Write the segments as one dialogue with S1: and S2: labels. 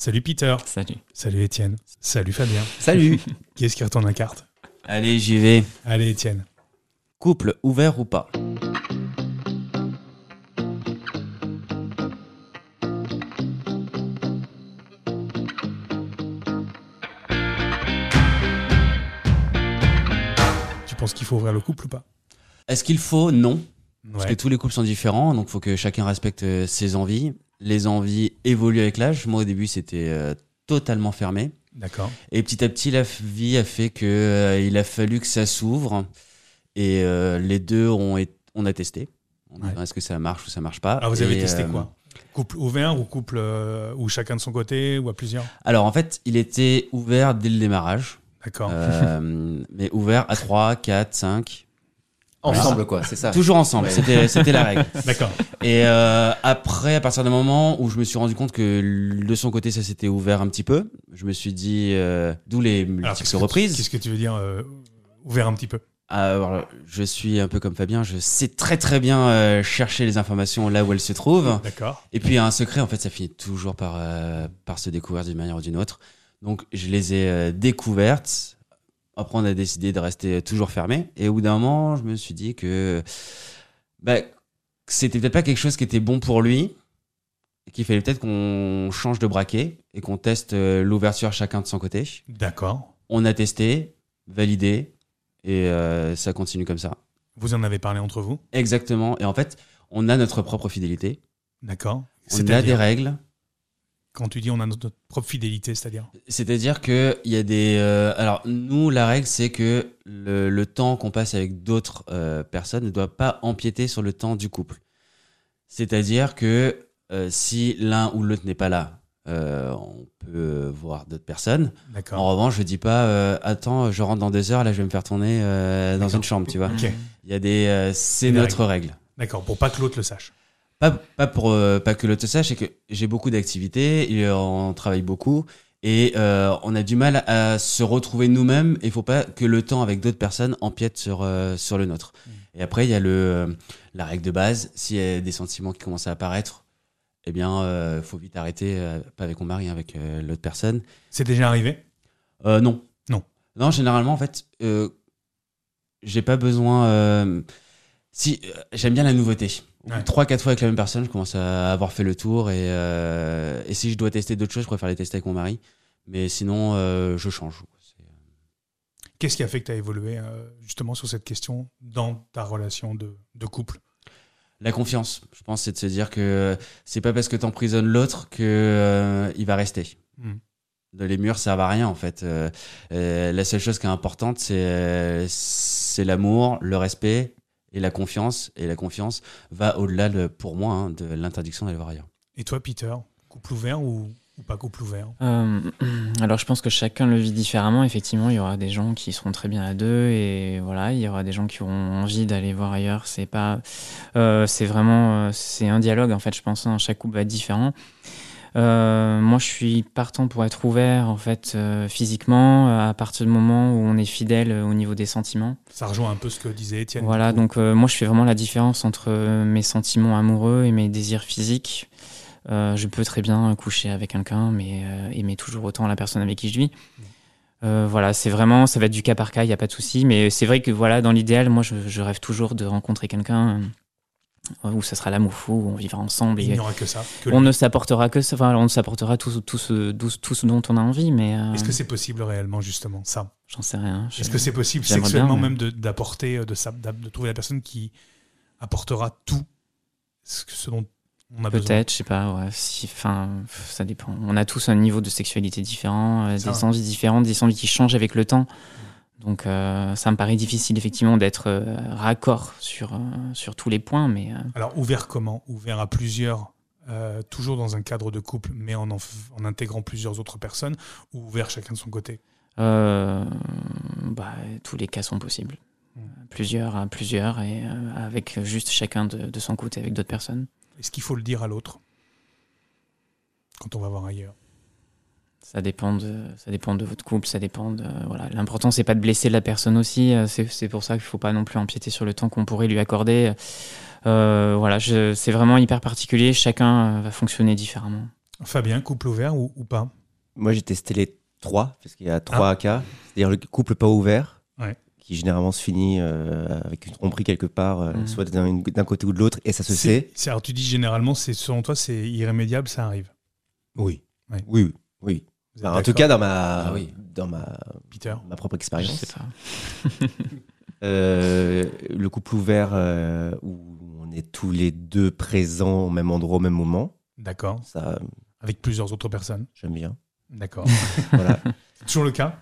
S1: Salut Peter.
S2: Salut.
S1: Salut Étienne. Salut Fabien.
S3: Salut.
S1: Qui est-ce qui retourne la carte
S3: Allez, j'y vais.
S1: Allez Étienne.
S3: Couple ouvert ou pas
S1: Tu penses qu'il faut ouvrir le couple ou pas
S3: Est-ce qu'il faut Non. Parce
S1: Ouais.
S3: que tous les couples sont différents, donc il faut que chacun respecte euh, ses envies. Les envies évoluent avec l'âge. Moi, au début, c'était euh, totalement fermé.
S1: D'accord.
S3: Et petit à petit, la vie a fait que euh, il a fallu que ça s'ouvre. Et euh, les deux, on, est, on a testé. On
S1: Ouais.
S3: a dit, Est-ce que ça marche ou ça marche pas
S1: Ah, vous avez
S3: Et,
S1: testé
S3: euh,
S1: quoi Couple ouvert ou couple euh, ou chacun de son côté ou à plusieurs
S3: Alors, en fait, il était ouvert dès le démarrage.
S1: D'accord.
S3: Euh, mais ouvert à 3, 4, 5.
S4: Ensemble, quoi, c'est ça.
S3: Toujours ensemble, c'était c'était la règle.
S1: D'accord.
S3: Et euh, après, à partir du moment où je me suis rendu compte que l- de son côté, ça s'était ouvert un petit peu, je me suis dit, euh, d'où les
S1: Alors,
S3: multiples
S1: qu'est-ce que-
S3: reprises.
S1: Qu'est-ce que tu veux dire euh, ouvert un petit peu
S3: Alors, je suis un peu comme Fabien, je sais très très bien euh, chercher les informations là où elles se trouvent.
S1: D'accord.
S3: Et puis un secret, en fait, ça finit toujours par, euh, par se découvrir d'une manière ou d'une autre. Donc je les ai euh, découvertes. Après, on a décidé de rester toujours fermé. Et au bout d'un moment, je me suis dit que bah, que c'était peut-être pas quelque chose qui était bon pour lui. Et qu'il fallait peut-être qu'on change de braquet et qu'on teste euh, l'ouverture chacun de son côté.
S1: D'accord.
S3: On a testé, validé, et euh, ça continue comme ça.
S1: Vous en avez parlé entre vous
S3: Exactement. Et en fait, on a notre propre fidélité.
S1: D'accord.
S3: On a des
S1: C'est-à-dire
S3: règles. Euh,
S1: quand tu dis on a notre propre fidélité, c'est-à-dire
S3: C'est-à-dire que il y a des. euh, alors nous, la règle, c'est que le, le temps qu'on passe avec d'autres euh, personnes ne doit pas empiéter sur le temps du couple. C'est-à-dire que euh, si l'un ou l'autre n'est pas là, euh, on peut voir d'autres personnes. En
S1: D'accord.
S3: revanche, je dis pas euh, attends, je rentre dans deux heures, là, je vais me faire tourner euh, dans
S1: D'accord.
S3: une chambre, tu vois.
S1: Ok.
S3: Il y a des. euh, c'est
S1: Des
S3: notre règle.
S1: D'accord. Pour pas que l'autre le sache.
S3: Pas, pas pour euh, pas que l'autre le sache, c'est que j'ai beaucoup d'activités, et, euh, on travaille beaucoup et euh, on a du mal à se retrouver nous-mêmes. Il faut pas que le temps avec d'autres personnes empiète sur euh, sur le nôtre. Et après il y a le euh, la règle de base, s'il y a des sentiments qui commencent à apparaître, eh bien euh, faut vite arrêter, euh, pas avec mon mari, avec euh, l'autre personne.
S1: C'est déjà arrivé
S3: Euh, non.
S1: Non.
S3: Non, généralement, en fait, euh, j'ai pas besoin. euh, si, euh, j'aime bien la nouveauté.
S1: Ouais.
S3: Trois, quatre fois avec la même personne, je commence à avoir fait le tour. Et, euh, et si je dois tester d'autres choses, je préfère les tester avec mon mari. Mais sinon, euh, je change. C'est-
S1: Qu'est-ce qui a fait que tu as évolué euh, justement sur cette question dans ta relation de, de couple
S3: La confiance, je pense, c'est de se dire que euh, c'est pas parce que t'emprisonnes l'autre que euh, il va rester.
S1: Hmm.
S3: De les murs servent à rien en fait. Euh, euh, la seule chose qui est importante, c'est euh, c'est l'amour, le respect et la confiance. Et la confiance va au-delà, de- pour moi, hein, de l'interdiction d'aller voir ailleurs.
S1: Et toi, Peter, couple ouvert ou, ou pas couple ouvert
S2: Euh, alors, je pense que chacun le vit différemment. Effectivement, il y aura des gens qui seront très bien à deux, et voilà, il y aura des gens qui auront envie d'aller voir ailleurs. C'est pas, euh, c'est vraiment, euh, c'est un dialogue en fait. Je pense, hein, chaque couple va être différent. Euh, moi, je suis partant pour être ouvert en fait euh, physiquement euh, à partir du moment où on est fidèle euh, au niveau des sentiments.
S1: Ça rejoint un peu ce que disait Étienne.
S2: Voilà, donc euh, moi je fais vraiment la différence entre euh, mes sentiments amoureux et mes désirs physiques. Euh, je peux très bien coucher avec quelqu'un, mais euh, aimer toujours autant la personne avec qui je vis.
S1: Mm.
S2: Euh, voilà, c'est vraiment, ça va être du cas par cas, il n'y a pas de souci. Mais c'est vrai que voilà, dans l'idéal, moi je, je rêve toujours de rencontrer quelqu'un euh, où ça sera l'amour fou, où on vivra ensemble.
S1: Il
S2: Et
S1: n'y aura que ça. que
S2: on
S1: lui.
S2: ne s'apportera que ça, enfin, on ne s'apportera tout, ce- tout, ce, tout, ce- tout ce dont on a envie, mais euh,
S1: Est-ce que c'est possible réellement, justement, ça
S2: j'en sais rien. Je-
S1: Est-ce que c'est possible
S2: J'aimerais
S1: sexuellement
S2: bien, mais-
S1: même de- d'apporter, euh, de, sa- d'a- de trouver la personne qui apportera tout ce, que- ce dont on a besoin
S2: Peut-être, je sais pas, ouais, si, enfin, pff, ça dépend. On a tous un niveau de sexualité différent, euh,
S1: Ça
S2: des
S1: va.
S2: envies différentes, des envies qui changent avec le temps. Donc, euh, ça me paraît difficile, effectivement, d'être euh, raccord sur, euh, sur tous les points, mais euh,
S1: Alors, ouvert comment Ouvert à plusieurs, euh, toujours dans un cadre de couple, mais en, en, f- en intégrant plusieurs autres personnes, ou ouvert chacun de son côté
S2: euh, bah, tous les cas sont possibles.
S1: Mm.
S2: Plusieurs à plusieurs, et euh, avec juste chacun de, de son côté, avec d'autres personnes.
S1: Est-ce qu'il faut le dire à l'autre quand on va voir ailleurs
S2: Ça dépend de, ça dépend de votre couple, ça dépend de, voilà. L'important c'est pas de blesser la personne aussi. euh, C'est, c'est pour ça qu'il faut pas non plus empiéter sur le temps qu'on pourrait lui accorder. Euh, voilà, je- c'est vraiment hyper particulier. Chacun euh, va fonctionner différemment.
S1: Fabien, couple ouvert ou, ou pas
S5: Moi, j'ai testé les trois, parce qu'il y a trois cas. C'est-à-dire le couple pas ouvert,
S1: Ouais.
S5: qui généralement se finit euh, avec une tromperie quelque part, euh,
S2: Mhm.
S5: soit d'un d'un côté ou de l'autre, et ça se
S1: C'est-
S5: sait.
S1: c'est- Alors tu dis généralement, c'est selon toi, c'est irrémédiable, ça arrive.
S5: Oui.
S1: Ouais.
S5: Oui, oui. oui.
S1: Vous êtes
S5: Enfin, en tout
S1: d'accord,
S5: cas, dans ma,
S3: Ah oui.
S5: dans ma,
S1: Peter.
S5: ma propre
S2: Je
S5: expérience.
S2: sais pas.
S5: Euh, le couple ouvert euh, où on est tous les deux présents au même endroit au même moment,
S1: D'accord.
S5: ça euh,
S1: Avec plusieurs autres personnes.
S5: j'aime bien.
S1: D'accord.
S5: Voilà.
S1: C'est toujours le cas.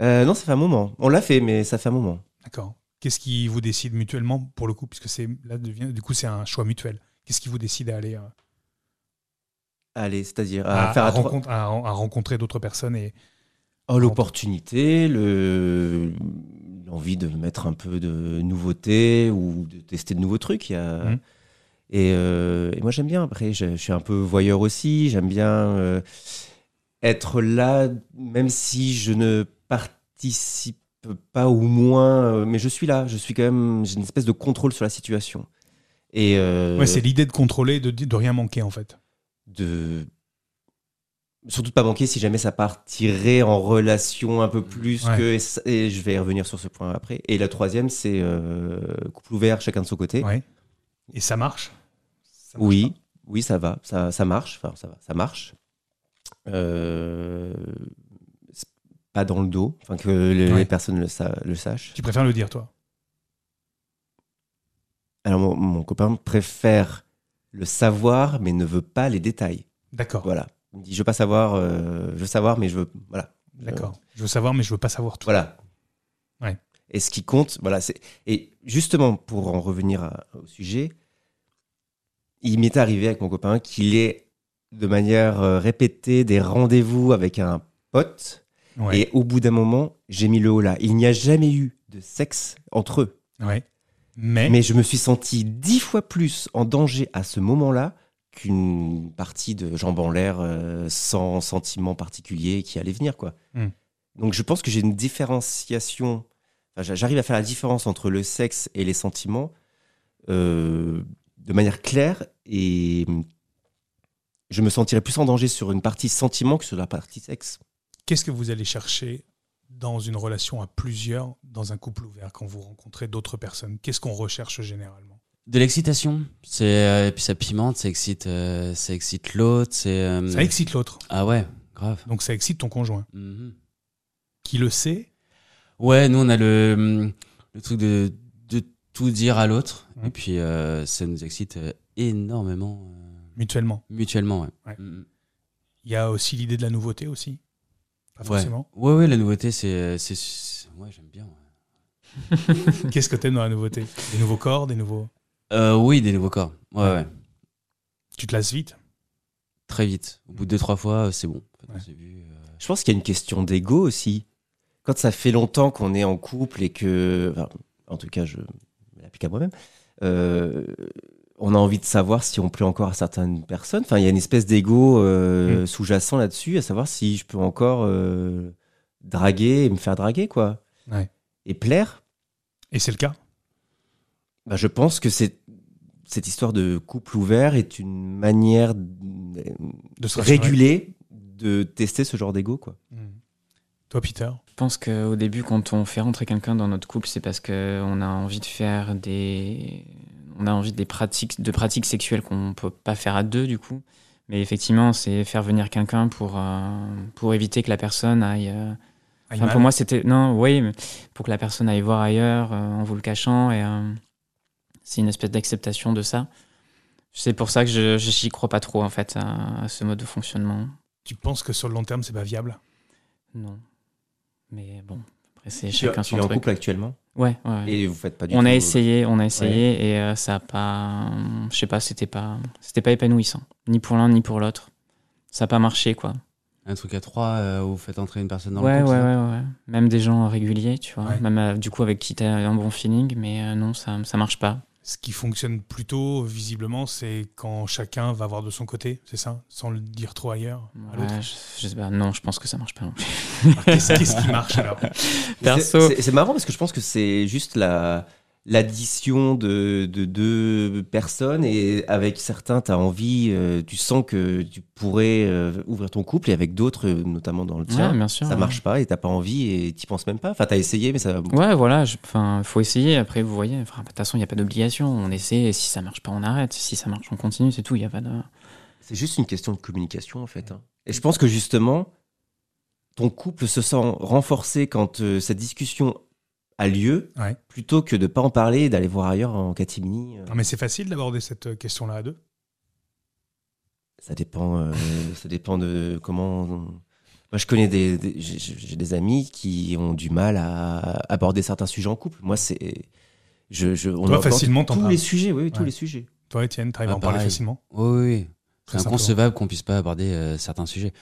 S5: Euh, non, ça fait un moment. On l'a fait, mais ça fait un moment.
S1: D'accord. Qu'est-ce qui vous décide mutuellement pour le coup, puisque c'est là devient, du coup c'est un choix mutuel. Qu'est-ce qui vous décide à aller euh,
S5: Allez, c'est-à-dire à,
S1: à-
S5: faire
S1: à
S5: à trois-
S1: rencontre- à- à rencontrer d'autres personnes et
S5: Oh, l'opportunité, le l'envie de mettre un peu de nouveauté ou de tester de nouveaux trucs. il y a-
S1: Mhm.
S5: et, euh, et moi j'aime bien. Après, je, je suis un peu voyeur aussi. J'aime bien euh, être là, même si je ne participe pas ou moins. euh, mais je suis là. Je suis quand même. J'ai une espèce de contrôle sur la situation. Et euh,
S1: Ouais, c'est l'idée de contrôler, de, de rien manquer en fait.
S5: de surtout de pas manquer si jamais ça partirait en relation un peu plus
S1: Mm. Ouais.
S5: que et ça- et je vais y revenir sur ce point après et la troisième c'est euh, couple ouvert chacun de son côté
S1: Ouais. Et ça marche. Ça marche
S5: oui oui ça va ça, ça marche enfin ça va ça marche Euh, c'est pas dans le dos enfin que le-
S1: Ouais.
S5: les personnes le, sa- le sachent
S1: Tu préfères le dire toi.
S5: alors mon, mon copain préfère le savoir mais ne veut pas les détails
S1: D'accord.
S5: voilà il me dit je veux pas savoir euh, je veux savoir mais je veux voilà
S1: D'accord. Je veux savoir, mais je veux pas savoir tout.
S5: Voilà.
S1: Ouais.
S5: Et ce qui compte, voilà, c'est. Et justement, pour en revenir à- au sujet, il m'est arrivé avec mon copain qu'il ait, de manière euh, répétée, des rendez-vous avec un pote.
S1: Ouais.
S5: Et au bout d'un moment, j'ai mis le haut là. Il n'y a jamais eu de sexe entre eux.
S1: Ouais. Mais,
S5: Mais je me suis senti dix fois plus en danger à ce moment-là qu'une partie de jambes en l'air euh, sans sentiment particulier qui allait venir, quoi.
S1: Hmm.
S5: Donc je pense que j'ai une différenciation. enfin, j'a- J'arrive à faire la différence entre le sexe et les sentiments euh, de manière claire et je me sentirais plus en danger sur une partie sentiment que sur la partie sexe.
S1: qu'est-ce que vous allez chercher dans une relation à plusieurs, dans un couple ouvert, quand vous rencontrez d'autres personnes Qu'est-ce qu'on recherche généralement
S3: De l'excitation. C'est euh, et puis ça pimente, ça excite, euh, ça excite l'autre. C'est euh,
S1: Ça excite l'autre.
S3: ah ouais, grave.
S1: Donc ça excite ton conjoint,
S3: Mhm.
S1: qui le sait.
S3: Ouais, nous on a le hum, le truc de de tout dire à l'autre
S1: Mhm.
S3: et puis euh, ça nous excite euh, énormément euh,
S1: mutuellement.
S3: mutuellement. Ouais.
S1: Ouais. Ah,
S3: Mhm.
S1: Il y a aussi l'idée de la nouveauté aussi. Pas
S3: Ouais.
S1: forcément.
S3: Ouais, ouais, la nouveauté c'est euh, c'est- c'est ouais j'aime bien. ouais.
S1: Qu'est-ce que t'aimes dans la nouveauté Des nouveaux corps, des nouveaux.
S3: Euh, oui, des nouveaux corps. Ouais, ouais,
S1: Tu te lasses vite
S3: très vite. Au bout de deux trois fois, euh, c'est bon. En fait, on
S1: Ouais.
S3: s'est vu, euh,
S5: Je pense qu'il y a une question d'ego aussi. Quand ça fait longtemps qu'on est en couple et que, enfin, en tout cas, je me l'applique à moi-même, euh, on a envie de savoir si on plaît encore à certaines personnes. Enfin, il y a une espèce d'ego euh, sous-jacent là-dessus, à savoir si je peux encore euh, draguer et me faire draguer, quoi.
S1: Ouais.
S5: Et plaire.
S1: Et c'est le cas.
S5: Bah, je pense que c'est cette histoire de couple ouvert est une manière euh,
S1: De se rassurer.
S5: régulée de tester ce genre d'ego, quoi.
S1: Mm. Toi, Peter
S2: Je pense qu'au début, quand on fait rentrer quelqu'un dans notre couple, c'est parce qu'on a envie de faire des. On a envie des pratiques, de pratiques sexuelles qu'on peut pas faire à deux, du coup. Mais effectivement, c'est faire venir quelqu'un pour, euh, pour éviter que la personne aille. euh, Enfin,
S1: Ayman
S2: pour moi, c'était. Non, oui, mais pour que la personne aille voir ailleurs euh, en vous le cachant. Et euh, c'est une espèce d'acceptation de ça. C'est pour ça que je je- j'y crois pas trop, en fait, à, à ce mode de fonctionnement.
S1: Tu penses que sur le long terme, c'est pas viable
S2: Non. Mais bon, après, c'est
S5: Tu,
S2: chacun
S5: tu
S2: son
S5: es en
S2: truc.
S5: couple actuellement
S2: Ouais, ouais. ouais.
S5: et vous faites pas du
S2: on a
S5: tout- euh,
S2: essayé, on a essayé, et euh, ça a pas. hum, Je sais pas, c'était pas, c'était pas épanouissant. Ni pour l'un, ni pour l'autre. Ça a pas marché, quoi.
S3: un truc à trois euh, où vous faites entrer une personne dans
S2: ouais,
S3: le couple.
S2: ouais,
S3: ça.
S2: ouais, ouais. Même des gens réguliers, tu vois.
S1: Ouais.
S2: Même euh, du coup, avec qui t'as un bon feeling, mais euh, non, ça, ça marche pas.
S1: Ce qui fonctionne plutôt, visiblement, c'est quand chacun va voir de son côté, c'est ça Sans le dire trop ailleurs à
S2: Ouais,
S1: l'autre. Ah,
S2: je, je sais pas, non, je pense que ça marche pas. non plus.
S1: Alors, Qu'est-ce qu'est-ce qui marche alors
S5: Mais c'est-
S2: Perso.
S5: c'est- C'est marrant parce que je pense que c'est juste la, l'addition de, de deux personnes et avec certains tu as envie euh, tu sens que tu pourrais euh, ouvrir ton couple et avec d'autres euh, notamment dans le tien
S2: bien sûr.
S5: ça
S2: ouais.
S5: marche pas et t'as pas envie et t'y penses même pas enfin t'as essayé mais ça
S2: Ouais, voilà, je- enfin, faut essayer. Après, vous voyez, enfin, de toute façon, il n'y a pas d'obligation. On essaie. et Si ça marche pas, on arrête. Si ça marche, on continue. C'est tout. Il y a pas de.
S5: c'est juste une question de communication en fait hein. et je pense que justement ton couple se sent renforcé quand euh, cette discussion a lieu
S1: Ouais.
S5: plutôt que de pas en parler et d'aller voir ailleurs en catimini euh.
S1: Non, mais c'est facile d'aborder cette euh, question-là à deux.
S5: Ça dépend, euh, ça dépend de comment. Moi, je connais des, des- j'ai- j'ai des amis qui ont du mal à aborder certains sujets en couple. Moi, c'est, je, je, on
S1: Toi,
S5: aborde
S1: facilement, t'en
S5: tous les
S1: parles.
S5: sujets, oui, oui, tous
S1: Ouais.
S5: les sujets.
S1: Toi, Étienne, t'arrives
S3: Ah,
S1: à en parler
S3: pareil.
S1: facilement
S3: Oui, oui.
S1: Très
S3: C'est
S1: simplement.
S3: inconcevable qu'on puisse pas aborder euh, certains sujets.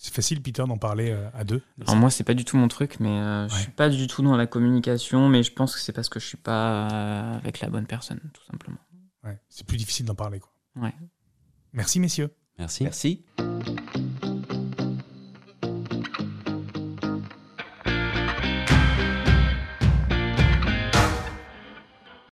S1: C'est facile, Peter, d'en parler euh, à deux.
S2: Alors moi, c'est pas du tout mon truc, mais euh, je
S1: Ouais.
S2: suis pas du tout dans la communication. Mais je pense que c'est parce que je suis pas euh, avec la bonne personne, tout simplement.
S1: Ouais, C'est plus difficile d'en parler. Quoi.
S2: Ouais.
S1: Merci, messieurs.
S3: Merci.
S5: Merci.